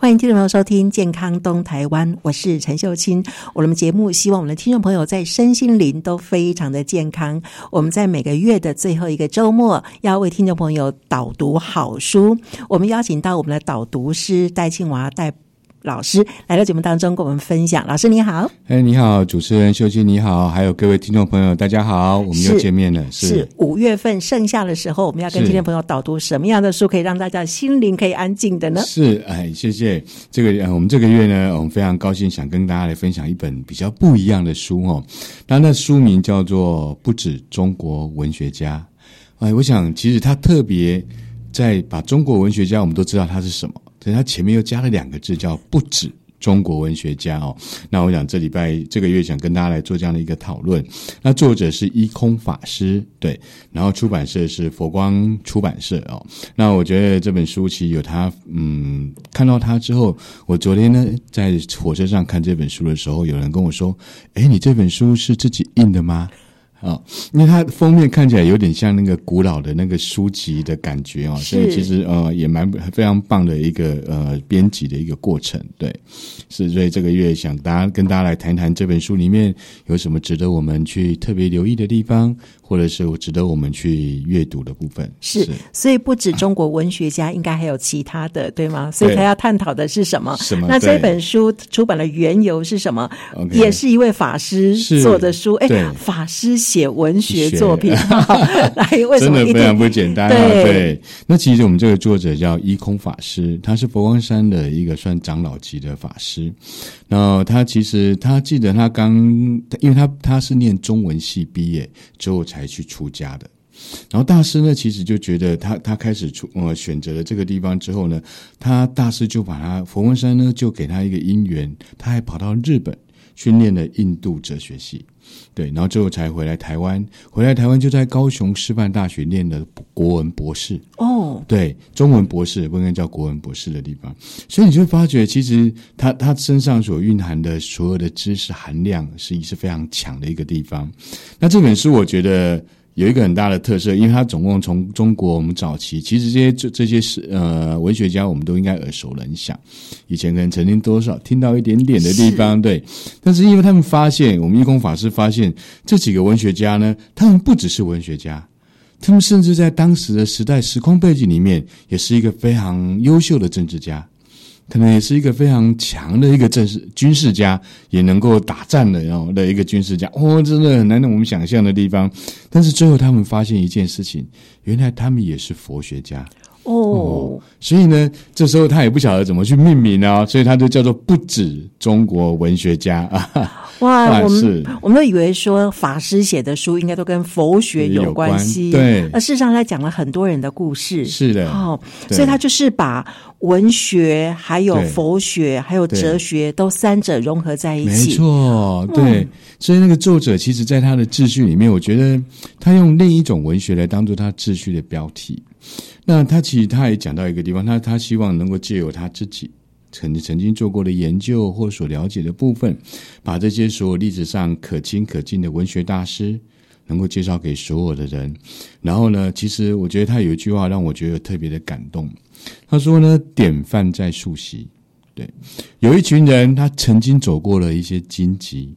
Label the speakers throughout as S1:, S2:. S1: 欢迎听众朋友收听《健康东台湾》，我是陈秀清。我们节目希望我们的听众朋友在身心灵都非常的健康。我们在每个月的最后一个周末，要为听众朋友导读好书。我们邀请到我们的导读师戴庆华戴老师来到节目当中，跟我们分享。老师你好，
S2: 哎、你好，主持人秀清，你好，还有各位听众朋友，大家好，我们又
S1: 是
S2: 见面了，是
S1: 是五月份盛夏的时候，我们要跟
S2: 是
S1: 听众朋友导读什么样的书，可以让大家心灵可以安静的呢？
S2: 是，哎，谢谢。这个、呃、我们这个月呢，我们非常高兴想跟大家来分享一本比较不一样的书哦。那那书名叫做《不止中国文学家》。哎，我想其实他特别在把中国文学家，我们都知道他是什么，可是他前面又加了两个字叫“不止”。中国文学家哦，那我想这礼拜这个月想跟大家来做这样的一个讨论。那作者是一空法师，对，然后出版社是佛光出版社哦。那我觉得这本书其实有它，嗯，看到它之后，我昨天呢在火车上看这本书的时候，有人跟我说：“哎，你这本书是自己印的吗？”啊、因为它封面看起来有点像那个古老的那个书籍的感觉哦，所以
S1: 是
S2: 其实呃也蛮非常棒的一个呃编辑的一个过程，对，是所以这个月想大家跟大家来谈谈这本书里面有什么值得我们去特别留意的地方，或者是值得我们去阅读的部分，
S1: 是，所以不止中国文学家，应该还有其他的，对吗？所以他要探讨的是什么？
S2: 什么
S1: 啊那这
S2: 对
S1: 本书出版的缘由是什么
S2: OK
S1: 也是一位法师
S2: 是
S1: 做的书。哎
S2: 对，
S1: 法师写文学
S2: 学
S1: 作品， 来，为什
S2: 真
S1: 么
S2: 的
S1: 一
S2: 非常
S1: 定？
S2: 不简单啊！
S1: 对
S2: 对，那其实我们这个作者叫一空法师，他是佛光山的一个算长老级的法师。那他其实他记得他刚，因为他他是念中文系毕业之后才去出家的。然后大师呢，其实就觉得他他开始出呃选择了这个地方之后呢，他大师就把他佛光山呢就给他一个因缘，他还跑到日本去念了印度哲学系。对，然后最后才回来台湾，回来台湾就在高雄师范大学念的国文博士，
S1: 哦，
S2: 对，中文博士不应该叫国文博士的地方，所以你就会发觉，其实他他身上所蕴含的所有的知识含量是是非常强的一个地方。那这本书我觉得有一个很大的特色，因为它总共从中国我们早期，其实这些这这些是呃文学家，我们都应该耳熟能详，以前可能曾经多少听到一点点的地方，对。但是因为他们发现，我们义工法师发现这几个文学家呢，他们不只是文学家，他们甚至在当时的时代时空背景里面，也是一个非常优秀的政治家，可能也是一个非常强的一个政治军事家，也能够打仗的哦的一个军事家。哦，真的很难让我们想象的地方。但是最后他们发现一件事情，原来他们也是佛学家。
S1: 哦，
S2: 所以呢，这时候他也不晓得怎么去命名啊、所以他就叫做不止中国文学家 啊，
S1: 哇，
S2: 啊
S1: 我们
S2: 是
S1: 我们都以为说法师写的书应该都跟佛学有关系，
S2: 有关对
S1: 那事实上，他讲了很多人的故事，
S2: 是的，
S1: 哦，
S2: 对
S1: 所以他就是把文学、还有
S2: 对
S1: 佛学、还有
S2: 对
S1: 哲学都三者融合在一
S2: 没
S1: 起。嗯
S2: 错，对，所以那个作者其实在他的秩序里面，我觉得他用另一种文学来当做他秩序的标题。那他其实他也讲到一个地方，他他希望能够借由他自己曾曾经做过的研究或所了解的部分，把这些所有历史上可亲可敬的文学大师。能够介绍给所有的人，然后呢，其实我觉得他有一句话让我觉得特别的感动。他说呢，典范在树习，有一群人，他曾经走过了一些荆棘，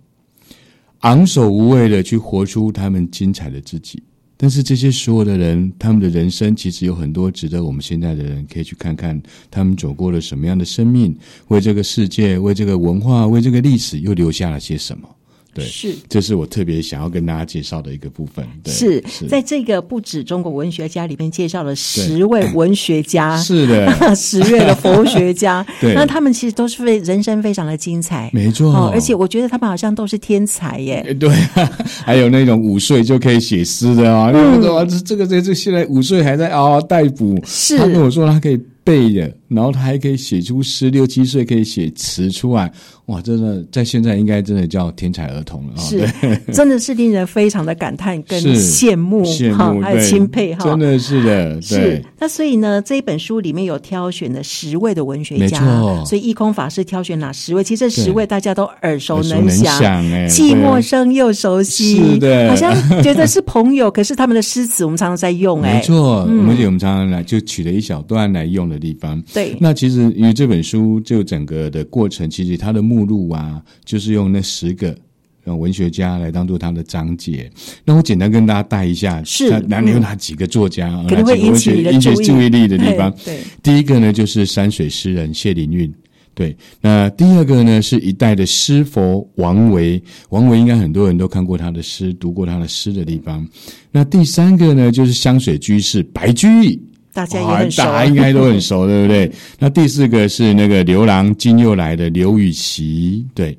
S2: 昂首无畏的去活出他们精彩的自己。但是这些所有的人，他们的人生其实有很多值得我们现在的人可以去看看，他们走过了什么样的生命，为这个世界、为这个文化、为这个历史又留下了些什么。对
S1: 是
S2: 这是我特别想要跟大家介绍的一个部分。对
S1: 是
S2: 是
S1: 在这个不止中国文学家里面介绍了十位文学家，
S2: 是 的，，
S1: 十位的佛学家
S2: 对
S1: 那他们其实都是非人生非常的精彩。
S2: 没错、
S1: 哦，而且我觉得他们好像都是天才耶，
S2: 欸对啊，还有那种五岁就可以写诗的啊，那
S1: 嗯
S2: 我说啊，这这个这这现在五岁还在嗷嗷待哺。
S1: 是
S2: 他跟哦我说他可以背的，然后他还可以写出诗，六七岁可以写词出来，哇，真的在现在应该真的叫天才儿童了啊！
S1: 是，真的是令人非常的感叹跟
S2: 是
S1: 羡慕
S2: 对羡
S1: 哈
S2: 慕，，
S1: 还有
S2: 对
S1: 钦佩哈，
S2: 真的是的，
S1: 是
S2: 对，，
S1: 那所以呢，这一本书里面有挑选了十位的文学家
S2: 没错，
S1: 所以义空法师挑选哪十位？其实这十
S2: 对
S1: 位大家都耳熟
S2: 耳熟
S1: 能详，
S2: 详哎，
S1: 既
S2: 对
S1: 陌生又熟悉，
S2: 是的
S1: 好像觉得是朋友，可是他们的诗词我们常常在用、
S2: 没
S1: 哎，
S2: 错，而且我们常常来就取了一小段来用的地方。
S1: 对
S2: 那其实因为这本书就整个的过程，其实它的目录啊，就是用那十个。呃，文学家来当做它的章节，那我简单跟大家带一下，
S1: 是
S2: 那哪里有
S1: 嗯
S2: 哪几个作家，呃
S1: 可能
S2: 哪
S1: 会
S2: 几个
S1: 引
S2: 文
S1: 起
S2: 学
S1: 你的
S2: 引起
S1: 注意
S2: 注意力的地方
S1: 嘿。 对，
S2: 第一个呢，就是山水诗人谢灵运。对，那第二个呢，是一代的诗佛王维，王维应该很多人都看过他的诗，读过他的诗的地方。那第三个呢，就是香水居士白居易，
S1: 大家也
S2: 哇
S1: 很熟，
S2: 哦
S1: 啊
S2: 大家应该都很熟，对不 对？那第四个是那个牛郎今又来的刘禹锡，对。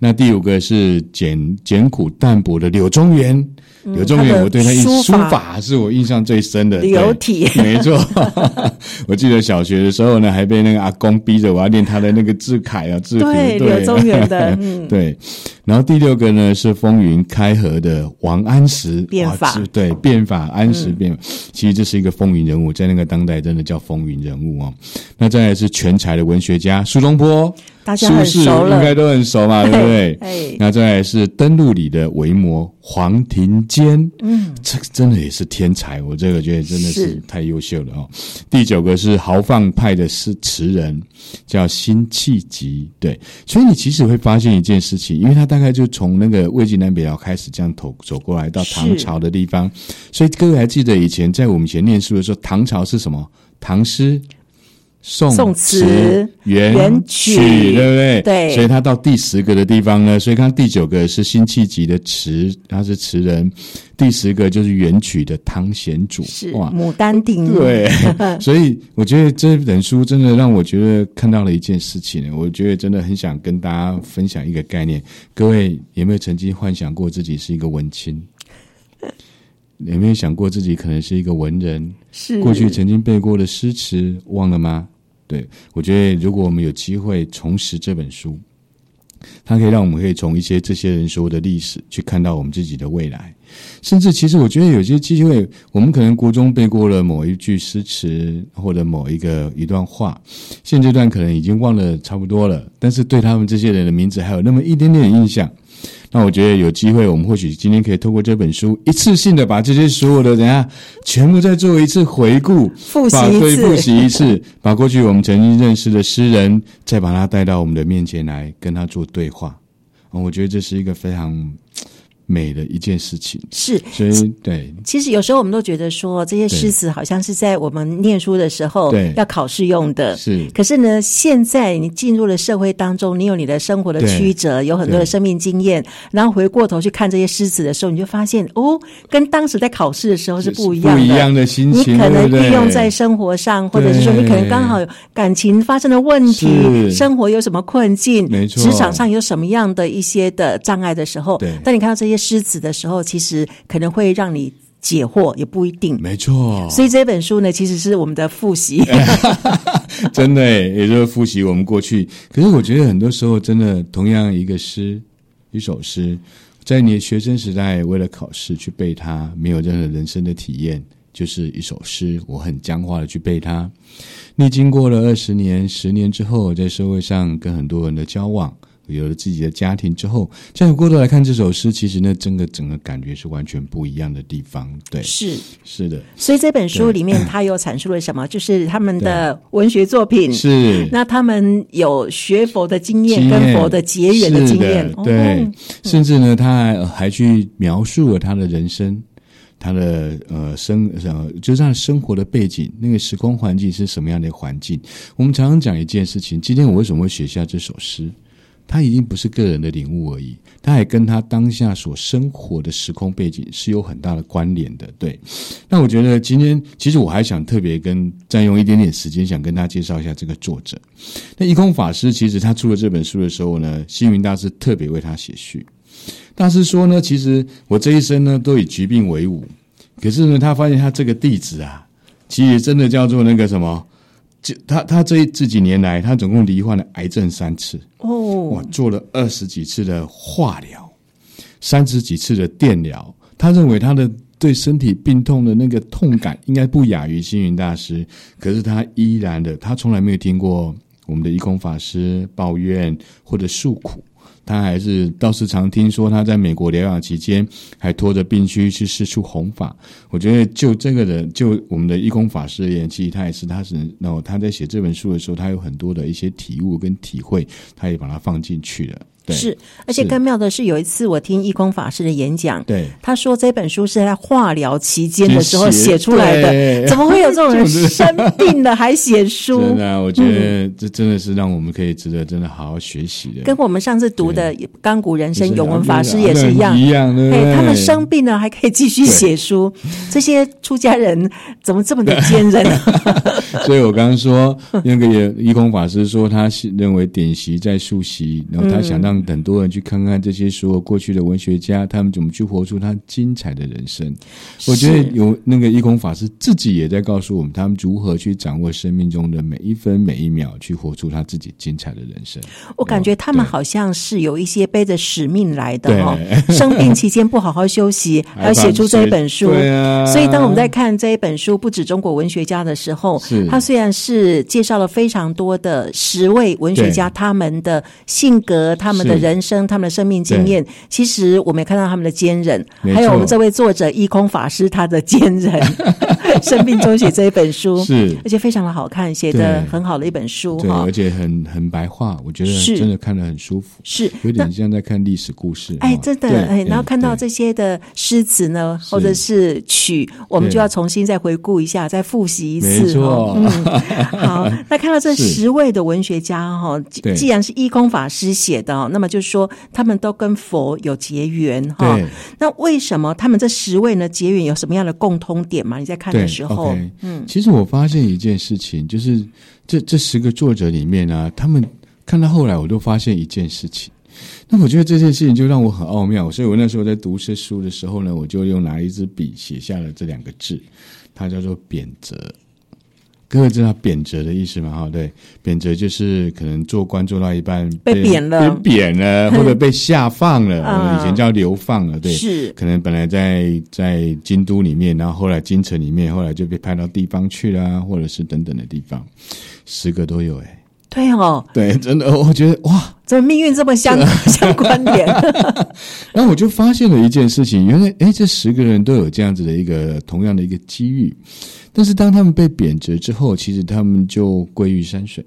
S2: 那第五个是简简朴淡泊的柳宗元，柳
S1: 嗯
S2: 宗
S1: 他
S2: 元，
S1: 的
S2: 我对他印
S1: 书
S2: 书
S1: 法
S2: 法是我印象最深的，对
S1: 流体
S2: 没错， 我记得小学的时候呢，还被那个阿公逼着我要念他的那个字楷啊，字符。
S1: 对
S2: 对，
S1: 柳宗元 的嗯
S2: 对。然后第六个呢是风云开合的王安石
S1: 变
S2: 哇
S1: 法嗯
S2: 这对变法安石变法，其实这是一个风云人物，在那个当代真的叫风云人物哦。那再来是全才的文学家苏东坡，
S1: 大家
S2: 苏
S1: 很
S2: 轼
S1: 熟了
S2: 应，该都很熟嘛，对不对？
S1: 哎，
S2: 那再来是登陆里的维摩黄庭坚，嗯，这个真的也是天才，我这个觉得真的是
S1: 是
S2: 太优秀了哦。第九个是豪放派的诗词人，叫辛弃疾，对，所以你其实会发现一件事情，因为他大概就从那个魏晋南北朝开始这样走走过来到唐朝的地方，所以各位还记得以前在我们以前念书的时候，唐朝是什么？唐诗。宋
S1: 宋词元
S2: 元
S1: 曲
S2: 曲，对不对？
S1: 对
S2: 所以它到第十个的地方呢，所以看第九个是辛弃疾的词，他是词人；第十个就是元曲的汤显祖，
S1: 是《牡丹亭》，
S2: 对，所以我觉得这本书真的让我觉得看到了一件事情，我觉得真的很想跟大家分享一个概念。各位有没有曾经幻想过自己是一个文青？有没有想过自己可能是一个文人？
S1: 是
S2: 过去曾经背过的诗词忘了吗？对，我觉得如果我们有机会重拾这本书，它可以让我们可以从一些这些人说的历史去看到我们自己的未来，甚至其实我觉得有些机会，我们可能国中背过了某一句诗词或者某一个一段话，现阶段可能已经忘了差不多了，但是对他们这些人的名字还有那么一点点印象。那我觉得有机会，我们或许今天可以透过这本书，一次性的把这些所有的等下全部再做一次回顾，
S1: 复习
S2: 把
S1: 一
S2: 对
S1: 次
S2: 复习一次， 把过去我们曾经认识的诗人，再把他带到我们的面前来，跟他做对话。哦我觉得这是一个非常嘖美的一件事情。
S1: 是
S2: 所以，对
S1: 其实有时候我们都觉得说，这些诗词好像是在我们念书的时候
S2: 对
S1: 要考试用的。
S2: 是
S1: 可是呢，现在你进入了社会当中，你有你的生活的
S2: 对
S1: 曲折，有很多的
S2: 对
S1: 生命经验，然后回过头去看这些诗词的时候，你就发现哦，跟当时在考试的时候是不一样
S2: 不
S1: 的。
S2: 一样的心
S1: 你
S2: 情，
S1: 可能
S2: 对不对
S1: 利用在生活上，或者是说
S2: 对
S1: 你可能刚好有感情发生了问题，
S2: 是
S1: 生活有什么困境，
S2: 没错
S1: 职场上有什么样的一些的障碍的时候
S2: 对，
S1: 当你看到这些诗词的时候，其实可能会让你解惑，也不一定。
S2: 没错，
S1: 所以这本书呢，其实是我们的复 习，
S2: 真的耶，也就是复习我们过去。可是我觉得很多时候，真的同样一个诗，一首诗，在你的学生时代为了考试去背它，没有任何人生的体验，就是一首诗，我很僵化的去背它。历经过了二十年、十年之后，在社会上跟很多人的交往。有了自己的家庭之后，再回过头来看这首诗，其实那整个整个感觉是完全不一样的地方。对，
S1: 是。
S2: 是的，
S1: 所以这本书里面，它有阐述了什么？就是他们的文学作品，
S2: 是。
S1: 那他们有学佛的经验，
S2: 经验
S1: 跟佛的结缘的经验
S2: 是的。对，
S1: 哦
S2: 甚至呢，他还呃还去描述了他的人生，他的呃生呃，就是他的生活的背景，那个时空环境是什么样的环境。我们常常讲一件事情，今天我为什么会写下这首诗？它已经不是个人的领悟而已，它还跟他当下所生活的时空背景是有很大的关联的。对，那我觉得今天其实我还想特别跟占用一点点时间，想跟大家介绍一下这个作者。那一空法师其实他出了这本书的时候呢，星云大师特别为他写序。大师说呢，其实我这一生呢都以疾病为伍，可是呢，他发现他这个弟子啊，其实真的叫做那个什么，就他他这一这几年来，他总共罹患了癌症三次，
S1: 哦
S2: 哇，，做了二十几次的化疗，三十几次的电疗。他认为他的对身体病痛的那个痛感应该不亚于星云大师，可是他依然的，他从来没有听过我们的义空法师抱怨或者诉苦。他还是倒是常听说他在美国疗养期间还拖着病躯去四处弘法。我觉得就这个人，就我们的义工法师而言，其实他也是，他是然后他在写这本书的时候，他有很多的一些体悟跟体会，他也把它放进去了。对，
S1: 是，而且
S2: 是
S1: 更妙的是，有一次我听义工法师的演讲，
S2: 对，
S1: 他说这本书是在化疗期间的时候写出来的，
S2: 对
S1: 怎么会有这种人
S2: 就是
S1: 生病了还写
S2: 真
S1: 书？
S2: 的啊、我觉得这真的是让我们可以值得真的好好学习的。啊
S1: 跟我们上次读的《钢骨人生》永文法师也是
S2: 一
S1: 一样。
S2: 啊一样的。对不
S1: 嘿，
S2: 对
S1: 他们生病了还可以继续写书，这些出家人怎么这么的坚韧？啊
S2: 所以我刚刚说，那个也义工法师说，他是认为典籍在溯习，然后他想让很多人去看看这些所有过去的文学家，他们怎么去活出他精彩的人生。我觉得
S1: 是
S2: 有那个义工法师自己也在告诉我们，他们如何去掌握生命中的每一分每一秒，去活出他自己精彩的人生。
S1: 我感觉他们
S2: 对
S1: 好像是有一些背着使命来的
S2: 对
S1: 哦，生病期间不好好休 息，还要写出这一本书。
S2: 对啊，
S1: 所以，当我们在看这一本书《不止中国文学家》的时候
S2: 是，
S1: 它虽然是介绍了非常多的十位文学家他们的性格、他们的
S2: 是
S1: 人生、他们的生命经验，其实我们也看到他们的坚韧，
S2: 没错
S1: 还有我们这位作者一空法师他的坚 韧，《生病中写》这一本书，
S2: 啊是
S1: 而且非常的好看，写的
S2: 对
S1: 很好的一本书
S2: 对，
S1: 哈
S2: 而。且很很白话，我觉得
S1: 是
S2: 真的看得很舒服，
S1: 是，
S2: 有
S1: 那
S2: 点像在看历史故事。
S1: 哎，
S2: 哦
S1: 真的
S2: 嗯对
S1: 哎，然后
S2: 对
S1: 看到
S2: 对
S1: 这些的诗词呢，或者是曲，我们就
S2: 对
S1: 要重新再回顾一下，再复习一
S2: 没
S1: 次。
S2: 错
S1: 哦。嗯， 好，那看到这
S2: 是
S1: 十位的文学家哈、哦，既
S2: 对
S1: 既然是一空法师写的、哦，那么就说他们都跟佛有结缘哈、
S2: 对
S1: 那为什么他们这十位呢结缘有什么样的共通点吗？你在看
S2: 对
S1: 的时候
S2: o，k 嗯，其实我发现一件事情，就是这这十个作者里面啊，他们看到后来，我都发现一件事情。那我觉得这件事情就让我很奥妙，所以我那时候在读这书的时候呢，我就用拿一支笔写下了这两个字，它叫做贬谪。各位知道贬谪的意思吗？哈，对，贬谪就是可能做官做到一半
S1: 被贬了啊
S2: 被贬了，或者被下 放了，我们以前叫流放了，对，
S1: 是
S2: 可能本来在在京都里面，然后后来京城里面，后来就被派到地方去啦，或者是等等的地方，十个都有哎、
S1: 对哦，
S2: 对，真的，我觉得哇，
S1: 怎么命运这么相 相关联？
S2: 然后我就发现了一件事情，原来哎，这十个人都有这样子的一个同样的一个机遇，但是当他们被贬谪之后，其实他们就归于山水，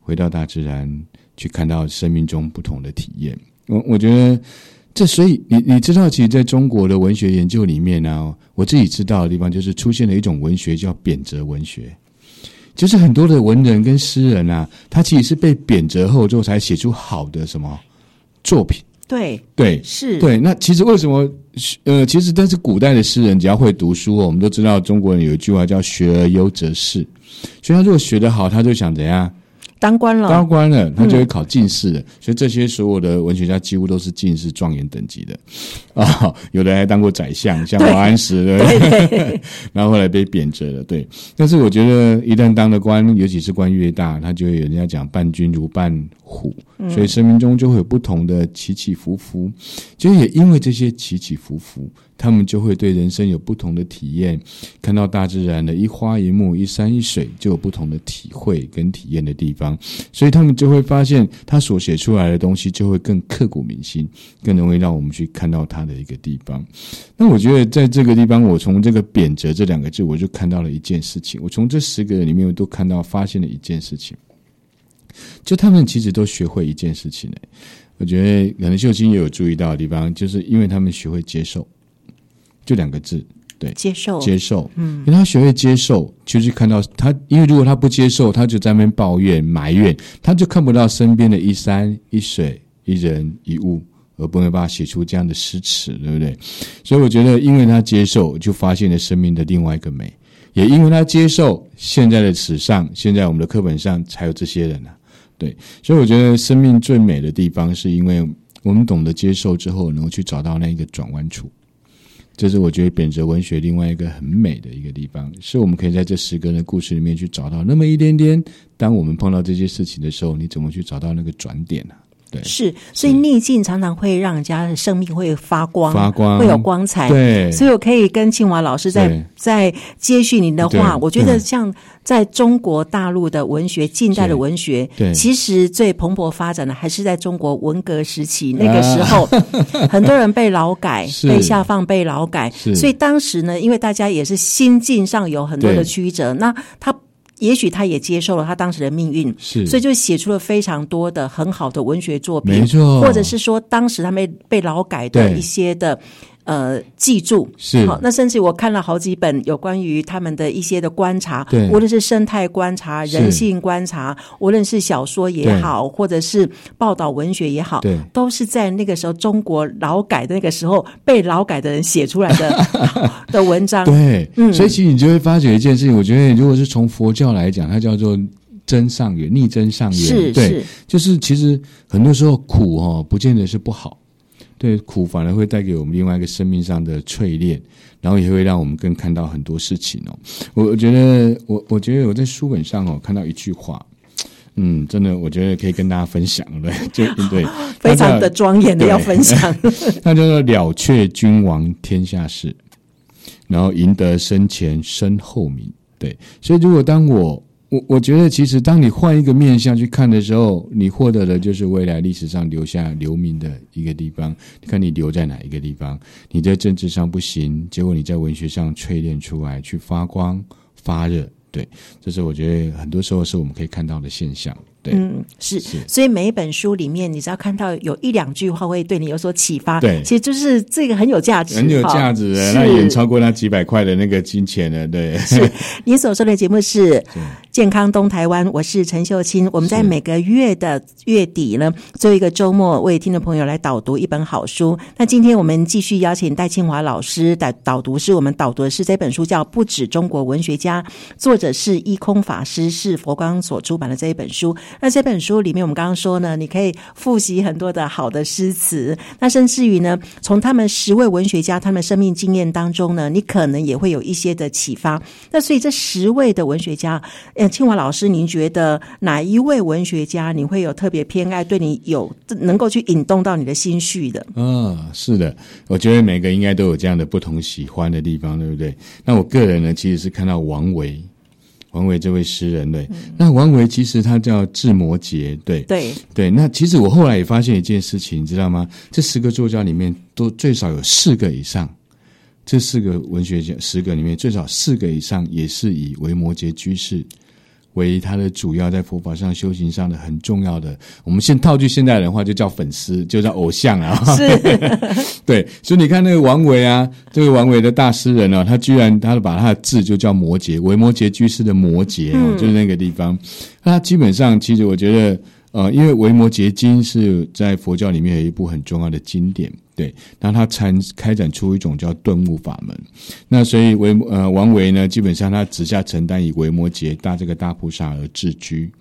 S2: 回到大自然，去看到生命中不同的体验。我我觉得这，所以你你知道，其实在中国的文学研究里面呢、我自己知道的地方就是出现了一种文学叫贬谪文学。就是很多的文人跟诗人啊，他其实是被贬谪后之后才写出好的什么作品，
S1: 对，
S2: 对，
S1: 是，
S2: 对，那其实为什么？呃，其实但是古代的诗人只要会读书，我们都知道中国人有一句话叫“学而优则仕”，所以他如果学得好，他就想怎样
S1: 当官
S2: 当
S1: 了，
S2: 官了，他就会考进士了。所以这些所有的文学家几乎都是进士状元等级的啊、有的还当过宰相，像王安石对不
S1: 对
S2: 对
S1: 对。
S2: 然后后来被贬谪了，对。但是我觉得一旦当了官，尤其是官越大，他就会有人家讲伴君如伴虎，所以生命中就会有不同的起起伏伏。就也因为这些起起伏伏，他们就会对人生有不同的体验，看到大自然的一花一木、一山一水，就有不同的体会跟体验的地方。所以他们就会发现，他所写出来的东西就会更刻骨铭心，更容易让我们去看到他的一个地方。那我觉得在这个地方，我从这个“贬谪”这两个字，我就看到了一件事情。我从这十个人里面，我都看到发现了一件事情，就他们其实都学会一件事情呢、我觉得可能秀清也有注意到的地方，就是因为他们学会接受，就两个字，
S1: 接受，
S2: 接受。嗯，因为他学会接受，就是看到他，因为如果他不接受，他就在那边抱怨埋怨，他就看不到身边的一山一水一人一物，而不能把它写出这样的诗词，对不对？所以我觉得，因为他接受，就发现了生命的另外一个美。也因为他接受现在的史上，现在我们的课本上才有这些人啊。对，所以我觉得生命最美的地方，是因为我们懂得接受之后，能够去找到那一个转弯处。这是我觉得贬谪文学另外一个很美的一个地方，是我们可以在这十个人的故事里面去找到那么一点点。当我们碰到这些事情的时候，你怎么去找到那个转点呢、啊对，
S1: 是，所以
S2: 是
S1: 逆境常常会让人家的生命会发光，
S2: 发光
S1: 啊会有光彩。
S2: 对，
S1: 所以我可以跟庆华老师在
S2: 对
S1: 在接续您的话，
S2: 对
S1: 我觉得
S2: 嗯
S1: 像在中国大陆的文学，近代的文学，
S2: 对
S1: 其实最蓬勃发展的还是在中国文革时期。那个时候， 很多人被劳改、
S2: 啊 是
S1: 被下放、被劳改，
S2: 是
S1: 所以当时呢，因为大家也是心境上有很多的
S2: 对
S1: 曲折，那他。也许他也接受了他当时的命运，
S2: 是，
S1: 所以就写出了非常多的很好的文学作品
S2: 没，错，
S1: 或者是说当时他们被劳改的
S2: 对
S1: 一些的呃记住。
S2: 是
S1: 好，那甚至我看了好几本有关于他们的一些的观察，
S2: 对
S1: 无论是生态观察、
S2: 是
S1: 人性观察，无论是小说也好，或者是报道文学也好，
S2: 对
S1: 都是在那个时候中国劳改的那个时候被劳改的人写出来 的的文章。
S2: 对，
S1: 嗯
S2: 所以其实你就会发觉一件事情，我觉得如果是从佛教来讲，它叫做真上缘、逆真上缘，
S1: 是
S2: 对，
S1: 是，
S2: 就是其实很多时候苦哦，不见得是不好，对，苦反而会带给我们另外一个生命上的淬炼，然后也会让我们更看到很多事情哦。我我觉得，我我觉得我在书本上哦看到一句话。嗯，真的，我觉得可以跟大家分享对， 就 对，
S1: 非常的庄严的
S2: 对
S1: 要分享。
S2: 那叫做了却君王天下事，然后赢得生前身后名。对，所以如果当我我我觉得，其实当你换一个面向去看的时候，你获得的就是未来历史上留下留名的一个地方。看你留在哪一个地方，你在政治上不行，结果你在文学上淬炼出来，去发光发热。对，这是我觉得很多时候是我们可以看到的现象。对，
S1: 嗯，是，
S2: 是
S1: 所以每一本书里面，你只要看到有一两句话会对你有所启发，
S2: 对
S1: 其实就是这个很有价值，
S2: 很有
S1: 哈
S2: 价值的，
S1: 是
S2: 那远超过那几百块的那个金钱 了。对，
S1: 您所说的节目是《健康东台湾》，我是陈秀清。我们在
S2: 是
S1: 每个月的月底呢，最后一个周末为听众朋友来导读一本好书。那今天我们继续邀请戴庆华老师来导读，是我们导读的是这本书叫《不止中国文学家》，作者是一空法师，是佛光所出版的这一本书。那这本书里面，我们刚刚说呢，你可以复习很多的好的诗词，那甚至于呢，从他们十位文学家他们生命经验当中呢，你可能也会有一些的启发。那所以这十位的文学家，呃，清华老师，您觉得哪一位文学家你会有特别偏爱，对你有能够去引动到你的心绪的？
S2: 啊，是的，我觉得每个应该都有这样的不同喜欢的地方，对不对？那我个人呢，其实是看到王维，王维这位诗人对。那王维其实他叫智摩诘，对
S1: 对，
S2: 对。那其实我后来也发现一件事情，你知道吗？这十个作家里面，都最少有四个以上，这四个文学家十个里面，最少四个以上也是以维摩诘居士。为他的主要在佛法上修行上的很重要的，我们现套句现代人话就叫粉丝，就叫偶像啊。
S1: 是
S2: 对，所以你看那个王维啊，这个王维的大诗人哦，他居然他把他的字就叫摩诘，维摩诘居士的摩诘哦，就是那个地方。那他基本上其实我觉得，呃，因为维摩诘经是在佛教里面有一部很重要的经典。对，那他产开展出一种叫顿悟法门，那所以维呃王维呢，基本上他直下承担以维摩诘大这个大菩萨而自居。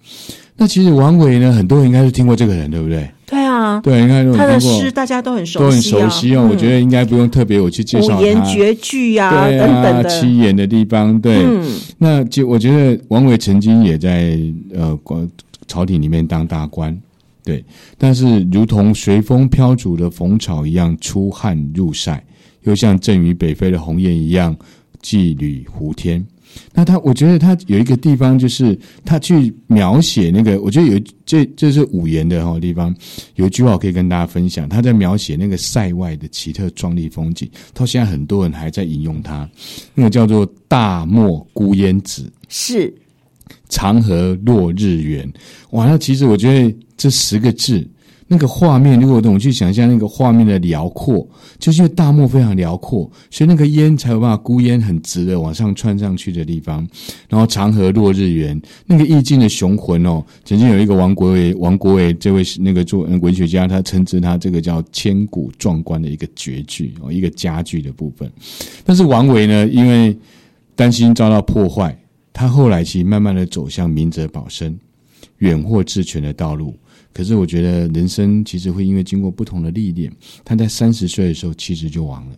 S2: 那其实王维呢，很多人应该是听过这个人，对不对？
S1: 对啊，
S2: 对，应该都有
S1: 他的
S2: 听过
S1: 诗大家都很熟悉、啊，
S2: 嗯都很熟悉哦。我觉得应该不用特别我去介绍
S1: 五
S2: 它。
S1: 言绝句啊
S2: 对
S1: 等
S2: 啊
S1: 等，的，
S2: 七言的地方，对，
S1: 嗯，
S2: 那就我觉得王维曾经也在呃官朝廷里面当大官，对，但是如同随风飘逐的蓬草一样出汗入塞，又像阵雨北飞的鸿雁一样寄旅胡天。那他，我觉得他有一个地方，就是他去描写那个，我觉得有一这这是五言的哦地方，有一句话我可以跟大家分享，他在描写那个塞外的奇特壮丽风景，到现在很多人还在引用它，那个叫做“大漠孤烟直，
S1: 是
S2: 长河落日圆”。哇，那其实我觉得这十个字，那个画面，如果我们去想象那个画面的辽阔，就是因为大漠非常辽阔，所以那个烟才有办法孤烟很直的往上窜上去的地方。然后长河落日圆，那个意境的雄浑哦，曾经有一个王国维，王国维这位那个作文学家，他称之他这个叫千古壮观的一个绝句哦，一个佳句的部分。但是王维呢，因为担心遭到破坏，他后来其实慢慢的走向明哲保身、远获至权的道路。可是我觉得人生其实会因为经过不同的历练，他在三十岁的时候其实就亡了，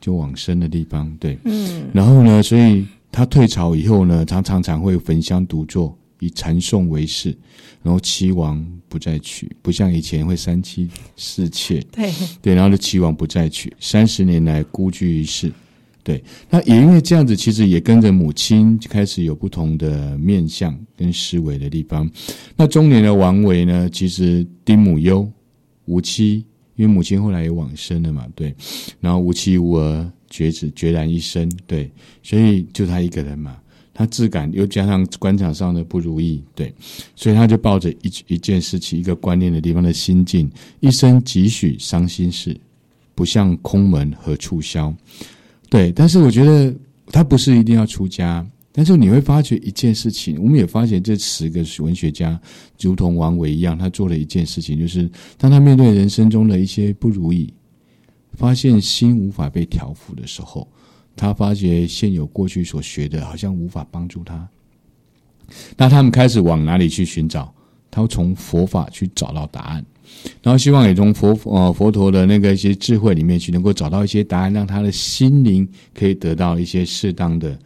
S2: 就往生的地方。对，嗯。然后呢，所以他退朝以后呢，他常常会焚香独坐，以禅诵为事，然后妻王不再娶，不像以前会三妻四妾，
S1: 对，
S2: 对，然后就齐王不再娶，三十年来孤居一室。对，那也因为这样子，其实也跟着母亲开始有不同的面相跟思维的地方。那中年的王维呢，其实丁母忧，无妻，因为母亲后来也往生了嘛，对，然后无妻无儿，绝子决然一身，对，所以就他一个人嘛，他自感又加上官场上的不如意，对，所以他就抱着一一件事情、一个观念的地方的心境，一生几许伤心事，不向空门何处消。对，但是我觉得他不是一定要出家，但是你会发觉一件事情，我们也发现这十个文学家，如同王维一样，他做了一件事情，就是当他面对人生中的一些不如意，发现心无法被调服的时候，他发觉现有过去所学的好像无法帮助他，那他们开始往哪里去寻找？他会从佛法去找到答案。然后希望也从佛呃佛陀的那个一些智慧里面去，能够找到一些答案，让他的心灵可以得到一些适当的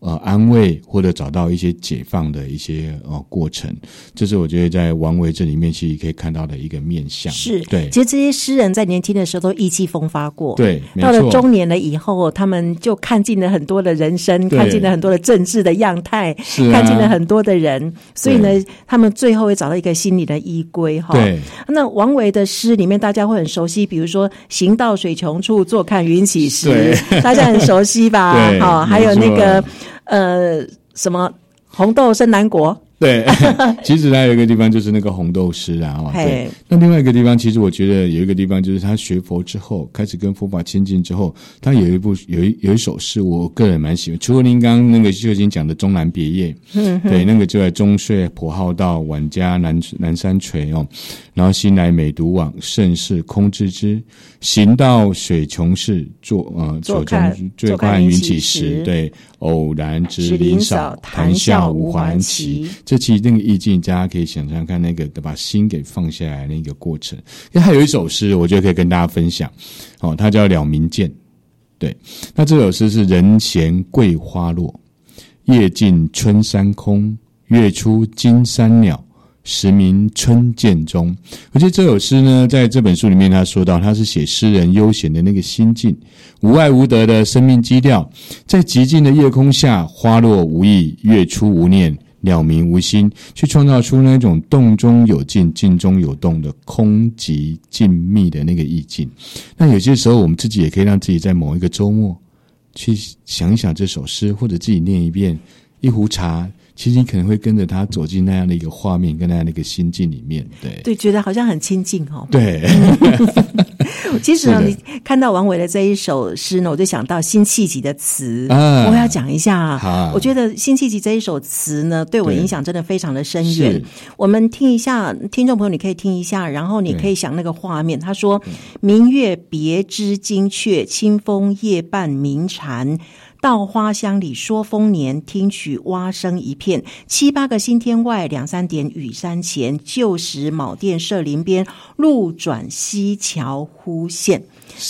S2: 呃安慰，或者找到一些解放的一些呃过程。这是我觉得在王维这里面其实可以看到的一个面相。
S1: 是
S2: 对
S1: 其实这些诗人在年轻的时候都意气风发过，。
S2: 对，没
S1: 到了
S2: 错
S1: 中年了以后，他们就看尽了很多的人生，
S2: 对
S1: 看尽了很多的政治的样态，
S2: 是啊
S1: 看尽了很多的人，所以呢，他们最后会找到一个心理的依归哈。
S2: 对
S1: 那王维的诗里面，大家会很熟悉，比如说“行到水穷处，坐看云起时”， 大家很熟悉吧
S2: 对？
S1: 好、还有那
S2: 没
S1: 个呃什么“红豆生南国
S2: 对， 其实还有一个地方就是那个红豆诗啊，哦，对
S1: 嘿。
S2: 那另外一个地方，其实我觉得有一个地方就是他学佛之后，开始跟佛法亲近之后，他有一部有一有一首诗，我个人蛮喜欢。除了您刚刚那个就已经讲的《终南别业》，
S1: 嗯
S2: 对，那个就在中岁婆号道，晚家南南山陲哦。然后新来每独往，盛世空知之。行到水穷时，坐呃
S1: 坐
S2: 所
S1: 看
S2: 中醉
S1: 坐看
S2: 看云
S1: 云
S2: 起
S1: 起
S2: 时
S1: 时。
S2: 对，偶然值
S1: 知
S2: 林
S1: 林
S2: 少
S1: 少，
S2: 谈
S1: 谈
S2: 笑
S1: 笑
S2: 无
S1: 无
S2: 还
S1: 还
S2: 期
S1: 期。
S2: 这其实那个意境，大家可以想象看那个把心给放下来那个过程。因为还有一首诗，我觉得可以跟大家分享，哦，它叫《了民剑》。对，那这首诗是“人前桂花落，夜尽春山空。月出惊山鸟，时鸣春涧中。”我觉得这首诗呢，在这本书里面，他说到，他是写诗人悠闲的那个心境，无爱无得的生命基调，在极静的夜空下，花落无意，月出无念，鸟鸣无心，去创造出那种动中有静、静中有动的空寂静谧的那个意境。那有些时候，我们自己也可以让自己在某一个周末去想一想这首诗，或者自己念一遍。一壶茶，其实你可能会跟着他走进那样的一个画面，跟那样的一个心境里面。”，对，
S1: 对，觉得好像很亲近哦。
S2: 对，
S1: 其实呢，
S2: 是的
S1: 你看到王维的这一首诗呢，我就想到辛弃疾的词，
S2: 啊
S1: 我要讲一下
S2: 好
S1: 啊。我觉得辛弃疾这一首词呢，对我
S2: 对
S1: 影响真的非常的深
S2: 是
S1: 远。我们听一下，听众朋友，你可以听一下，然后你可以想那个画面。他说：“明月别枝惊鹊，清风夜半鸣蝉。”稻花香里说丰年，听取蛙声一片。七八个新天外，两三点雨山前。旧时茅店社林边，路转溪桥忽见。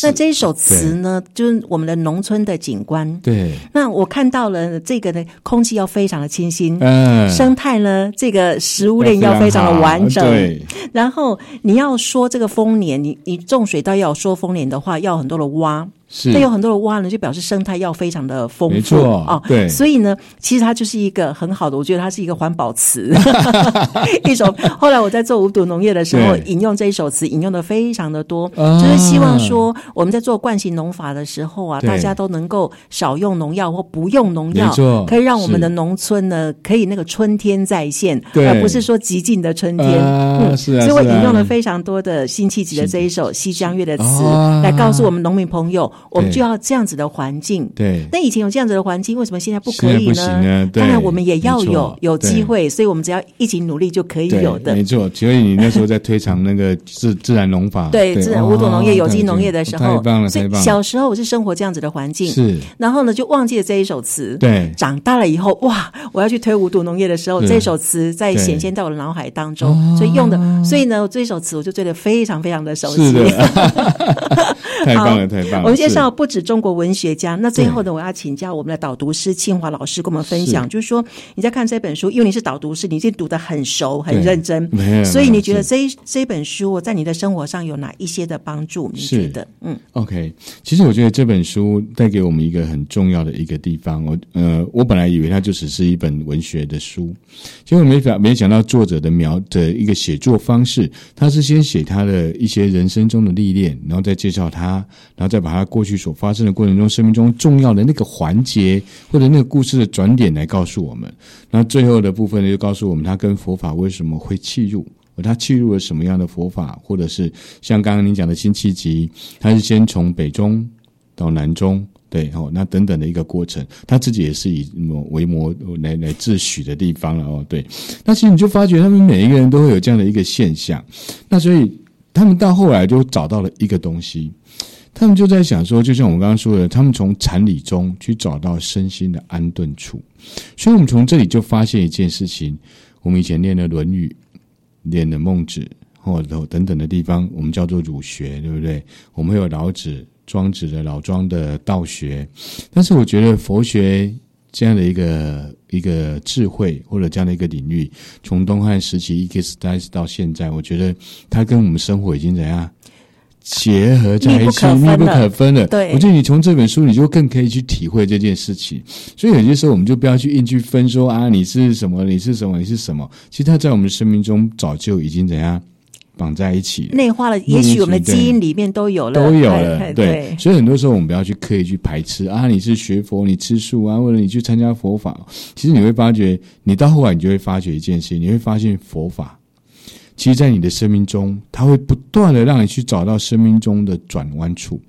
S1: 那这一首词呢，就是我们的农村的景观。
S2: 对，
S1: 那我看到了这个呢，空气要非常的清新，
S2: 嗯、
S1: 生态呢，这个食物链要非常的完整。
S2: 对，
S1: 然后你要说这个丰年，你你种水稻要说丰年的话，要有很多的蛙。
S2: 是
S1: 那有很多的蛙呢，就表示生态要非常的丰富，
S2: 没错
S1: 哦，
S2: 对
S1: 所以呢，其实它就是一个很好的，我觉得它是一个环保 词，一首。后来我在做无毒农业的时候，
S2: 对
S1: 引用这一首词，引用的非常的多，
S2: 啊
S1: 就是希望说我们在做惯性农法的时候啊，
S2: 对
S1: 大家都能够少用农药或不用农
S2: 没
S1: 药
S2: 错，
S1: 可以让我
S2: 是
S1: 们的农村呢，可以那个春天再现，
S2: 对
S1: 而不是说极尽的春天。
S2: 啊是啊
S1: 嗯所以我
S2: 是啊
S1: 引用了非常多的辛弃疾的这一首《西江月》的词，
S2: 啊
S1: 来告诉我们农民朋友，我们
S2: 对
S1: 就要这样子的环境。
S2: 对，
S1: 那以前有这样子的环境，为什么现在不可
S2: 现在
S1: 以
S2: 不行
S1: 呢？
S2: 啊对
S1: 当然，我们也要有
S2: 没错
S1: 有机
S2: 对
S1: 会，所以我们只要一起努力就可以
S2: 对
S1: 有的
S2: 没。错。所以你那时候在推崇那个自自然农法，
S1: 对，自然无
S2: 哦
S1: 毒农业、有机
S2: 对
S1: 农业
S2: 对
S1: 的时
S2: 太
S1: 候
S2: 棒了，，
S1: 所
S2: 太
S1: 以
S2: 棒了，
S1: 小时候我是生活这样子的环境，
S2: 是，
S1: 然后呢就忘记了这一首词。
S2: 对，
S1: 长大了以后，哇！我要去推无毒农业的时候，
S2: 是
S1: 这首词在
S2: 对哦
S1: 显现到我的脑海当中，所以用的，所以呢，这首词我就觉得非常非常的熟悉。
S2: 是的， 太棒了，太棒了！
S1: 我们介绍
S2: 啊是嗯
S1: 不止中国文学家，那最后呢，我要请教我们的导读师清华老师跟我们分享，
S2: 是
S1: 就是说你在看这本书，因为你是导读师，你已经读得很熟、很
S2: 对
S1: 认真
S2: 没有没，有
S1: 所以你觉得
S2: 是
S1: 这一这本书哦在你的生活上有哪一些的帮助？你
S2: 是
S1: 觉得？嗯，
S2: OK，其实我觉得这本书带给我们一个很重要的一个地方，我呃，我本来以为它就只是一本文学的书，结果没想没想到作者的描的一个写作方式，他是先写他的一些人生中的历练，然后再介绍他，然后再把他过去所发生的过程中生命中重要的那个环节或者那个故事的转点来告诉我们，那最后的部分呢，就告诉我们他跟佛法为什么会契入。而他契入了什么样的佛法，或者是像刚刚您讲的辛弃疾，他是先从北中到南中，对哦，那等等的一个过程，他自己也是以模为模来来自诩的地方了哦，对。那其实你就发觉他们每一个人都会有这样的一个现象，那所以他们到后来就找到了一个东西，他们就在想说，就像我们刚刚说的，他们从禅理中去找到身心的安顿处，所以我们从这里就发现一件事情，我们以前练的《论语》。练的孟子，或者等等的地方，我们叫做儒学，对不对？我们会有老子、庄子的老庄的道学，但是我觉得佛学这样的一个一个智慧或者这样的一个领域，从东汉时期一直到到现在，我觉得它跟我们生活已经怎样？结合在
S1: 密
S2: 一
S1: 不
S2: 起，
S1: 可分
S2: 密不
S1: 了
S2: 可分了。
S1: 对
S2: 我觉得你从这本书，你就更可以去体会这件事情。所以有些时候，我们就不要去硬去分说啊，你是什么，你是什么，你是什么。其实它在我们生命中早就已经怎样绑在一起了。
S1: 内化了，也许我们的基因里面都有了，
S2: 都有
S1: 哎
S2: 了
S1: 哎，
S2: 对，所以很多时候我们不要去刻意去排斥啊，你是学佛，你吃素啊，或者你去参加佛法，其实你会发觉，你到后来你就会发觉一件事情，你会发现佛法，其实在你的生命中，它会不断的让你去找到生命中的转弯处，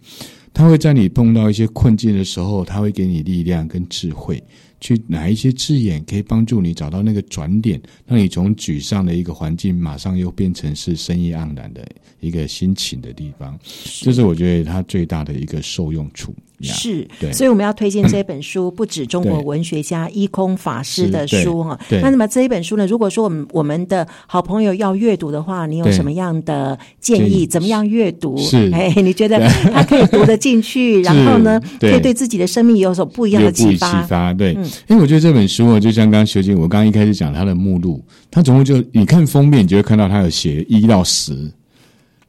S2: 它会在你碰到一些困境的时候，它会给你力量跟智慧。去哪一些字眼可以帮助你找到那个转点，让你从沮丧的一个环境，马上又变成是生意盎然的一个心情的地方。这是我觉得它最大的一个受用处。呀
S1: 是，
S2: 对
S1: 所以我们要推荐这本书，不止中国
S2: 对
S1: 文学家一空法师
S2: 是
S1: 的
S2: 对
S1: 书哈。
S2: 对
S1: 那那么这一本书呢，如果说我们我们的好朋友要阅读的话，你有
S2: 对
S1: 什么样的建
S2: 建
S1: 议？
S2: 议
S1: 怎么样阅读？
S2: 是
S1: 哎，你觉得他可以读得进 去，然后呢，可
S2: 对
S1: 以对自己的生命有所不一样
S2: 有
S1: 的
S2: 不
S1: 启
S2: 以启
S1: 发？嗯
S2: 发，对，因为我觉得这本书哦，就像刚刚修静，我刚刚一开始讲它的目录，它总共就你看封面，你就会看到它有写一到十。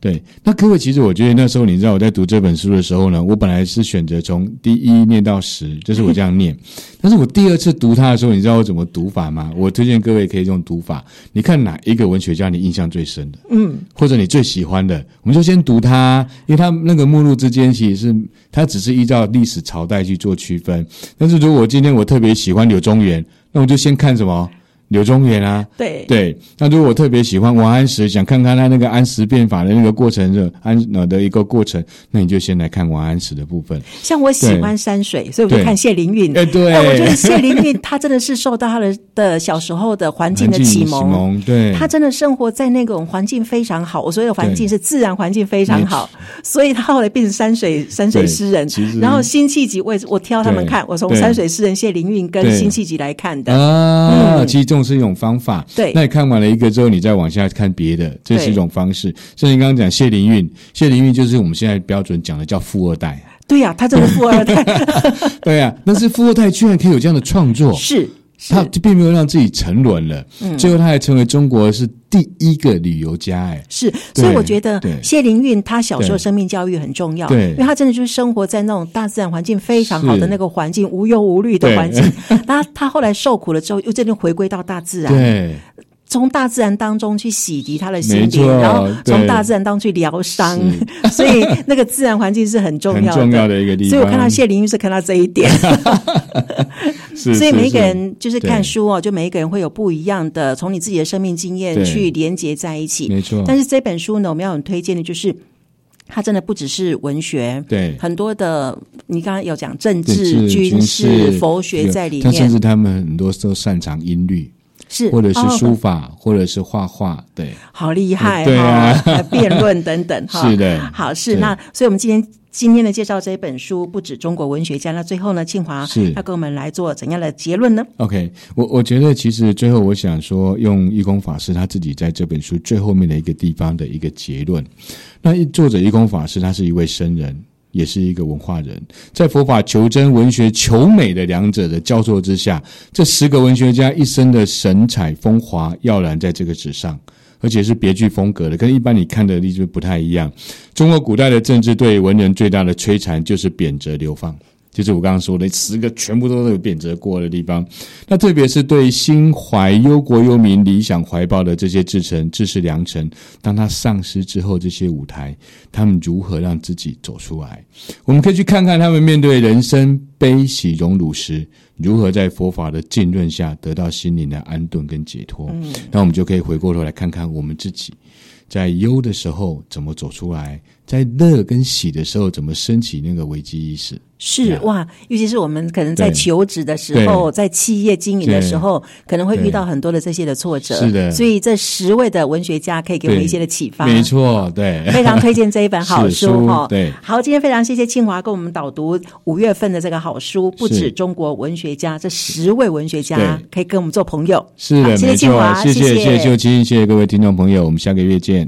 S2: 对，那各位，其实我觉得那时候，你知道我在读这本书的时候呢，我本来是选择从第一念到十，就是我这 样念。但是我第二次读它的时候，你知道我怎么读法吗？我推荐各位可以用读法，你看哪一个文学家你印象最深的，嗯，或者你最喜欢的，我们就先读它，因为它那个目录之间其实是它只是依照历史朝代去做区分。但是如果今天我特别喜欢柳宗元，那我就先看什么柳宗元啊，
S1: 对，
S2: 对，那如果我特别喜欢王安石，想看看他那个安石变法的那个过程的安呃的一个过程，那你就先来看王安石的部分。
S1: 像我喜
S2: 对
S1: 欢山水，所以我就
S2: 对
S1: 看谢灵运。
S2: 哎，对，
S1: 哎，我觉得谢灵运他真的是受到他的的小时候的环境的
S2: 环
S1: 启
S2: 启蒙，对，
S1: 他真的生活在那种环境非常好，我所谓的环境
S2: 对
S1: 是自然环境非常好，所以他后来变成山水山水
S2: 对
S1: 诗人
S2: 其。实
S1: 然后辛弃疾，我也是我挑他们看，
S2: 对
S1: 我从
S2: 对
S1: 山水诗人谢灵运跟
S2: 对
S1: 辛弃疾来看的。
S2: 啊，
S1: 嗯
S2: 其实这种是一种方法。
S1: 对
S2: 那你看完了一个之后，你再往下看别的，这是一种方式。甚至你刚刚讲谢灵运，谢灵运就是我们现在标准讲的叫富二代。
S1: 对呀、他真的富二 代，
S2: 对啊，但是富二代居然可以有这样的创作，
S1: 是是嗯
S2: 他并没有让自己沉沦了，最后他还成为中国是第一个旅游家。哎，
S1: 是，
S2: 对
S1: 所以我觉得
S2: 对
S1: 谢灵运他小时候
S2: 对
S1: 生命教育很重要，
S2: 对
S1: 因为他真的就是生活在那种大自然环境非常好的
S2: 是
S1: 那个环境，无忧无虑的
S2: 对
S1: 环境。那他后来受苦了之后，又真的回归到大自然，
S2: 对，
S1: 从大自然当中去洗涤他的心
S2: 没
S1: 灵，
S2: 错
S1: 然后从
S2: 对
S1: 大自然当中去疗伤， 所以那个自然环境是很重
S2: 很
S1: 要的。
S2: 重要的一个地方。
S1: 所以我看到谢灵运是看到这一 点，
S2: 是，
S1: 所以
S2: 是
S1: 每一个
S2: 是
S1: 人就是
S2: 对
S1: 看书哦，就每一个人会有不一样的，从你自己的生命经验
S2: 对
S1: 去连接在一起。
S2: 没错
S1: 但是这本书呢，我们要很推荐的就是。它真的不只是文学，
S2: 对
S1: 很多的，你刚刚有讲政
S2: 政
S1: 治、军事、
S2: 事
S1: 佛学
S2: 有
S1: 在里
S2: 他甚
S1: 面，
S2: 至他们很多都擅长音律，
S1: 是
S2: 或者是
S1: 哦
S2: 书法，或者是画画，对，
S1: 好厉害
S2: 对啊
S1: 哈、呃辩论等 等哈，
S2: 是的
S1: 好是
S2: 是
S1: 那，所以我们今天今天的介绍这一本书不止中国文学家，那最后呢，庆华
S2: 是
S1: 要跟我们来做怎样的结论呢？
S2: OK，我我觉得其实最后我想说，用义工法师他自己在这本书最后面的一个地方的一个结论。那一作者义工法师他是一位僧人，也是一个文化人，在佛法求真、文学求美的两者的交错之下，这十个文学家一生的神采风华耀然在这个纸上，而且是别具风格的，跟一般你看的例子不太一样。中国古代的政治对文人最大的摧残就是贬谪流放。就是我刚刚说的十个，全部都是有贬谪过的地方。那特别是对心怀忧国忧民、理想怀抱的这些至诚、志士良臣，当他丧失之后，这些舞台，他们如何让自己走出来？我们可以去看看他们面对人生悲喜荣辱时，如何在佛法的浸润下得到心灵的安顿跟解脱。那我们就可以回过头来看看我们自己。在忧的时候怎么走出来，在乐跟喜的时候怎么升起那个危机意识？
S1: 是
S2: 呀
S1: 哇，尤其是我们可能在
S2: 对
S1: 求职的时候，在企业经营的时候，可能会遇
S2: 对
S1: 到很多的这些的挫折。
S2: 是的
S1: 所以这十位的文学家可以给我们
S2: 对
S1: 一些的启发。
S2: 没错，对，
S1: 非常推荐这一本好
S2: 是
S1: 书哈。
S2: 对
S1: 好，今天非常谢谢庆华跟我们导读五月份的这个好书，不止
S2: 是
S1: 中国文学家，这十位文学家
S2: 对
S1: 可以跟我们做朋友。
S2: 是
S1: 好
S2: 的，
S1: 谢谢
S2: 没
S1: 庆华
S2: 错，谢
S1: 谢
S2: 谢
S1: 谢
S2: 谢谢秀清，谢谢各位听众朋友，我们下个月见。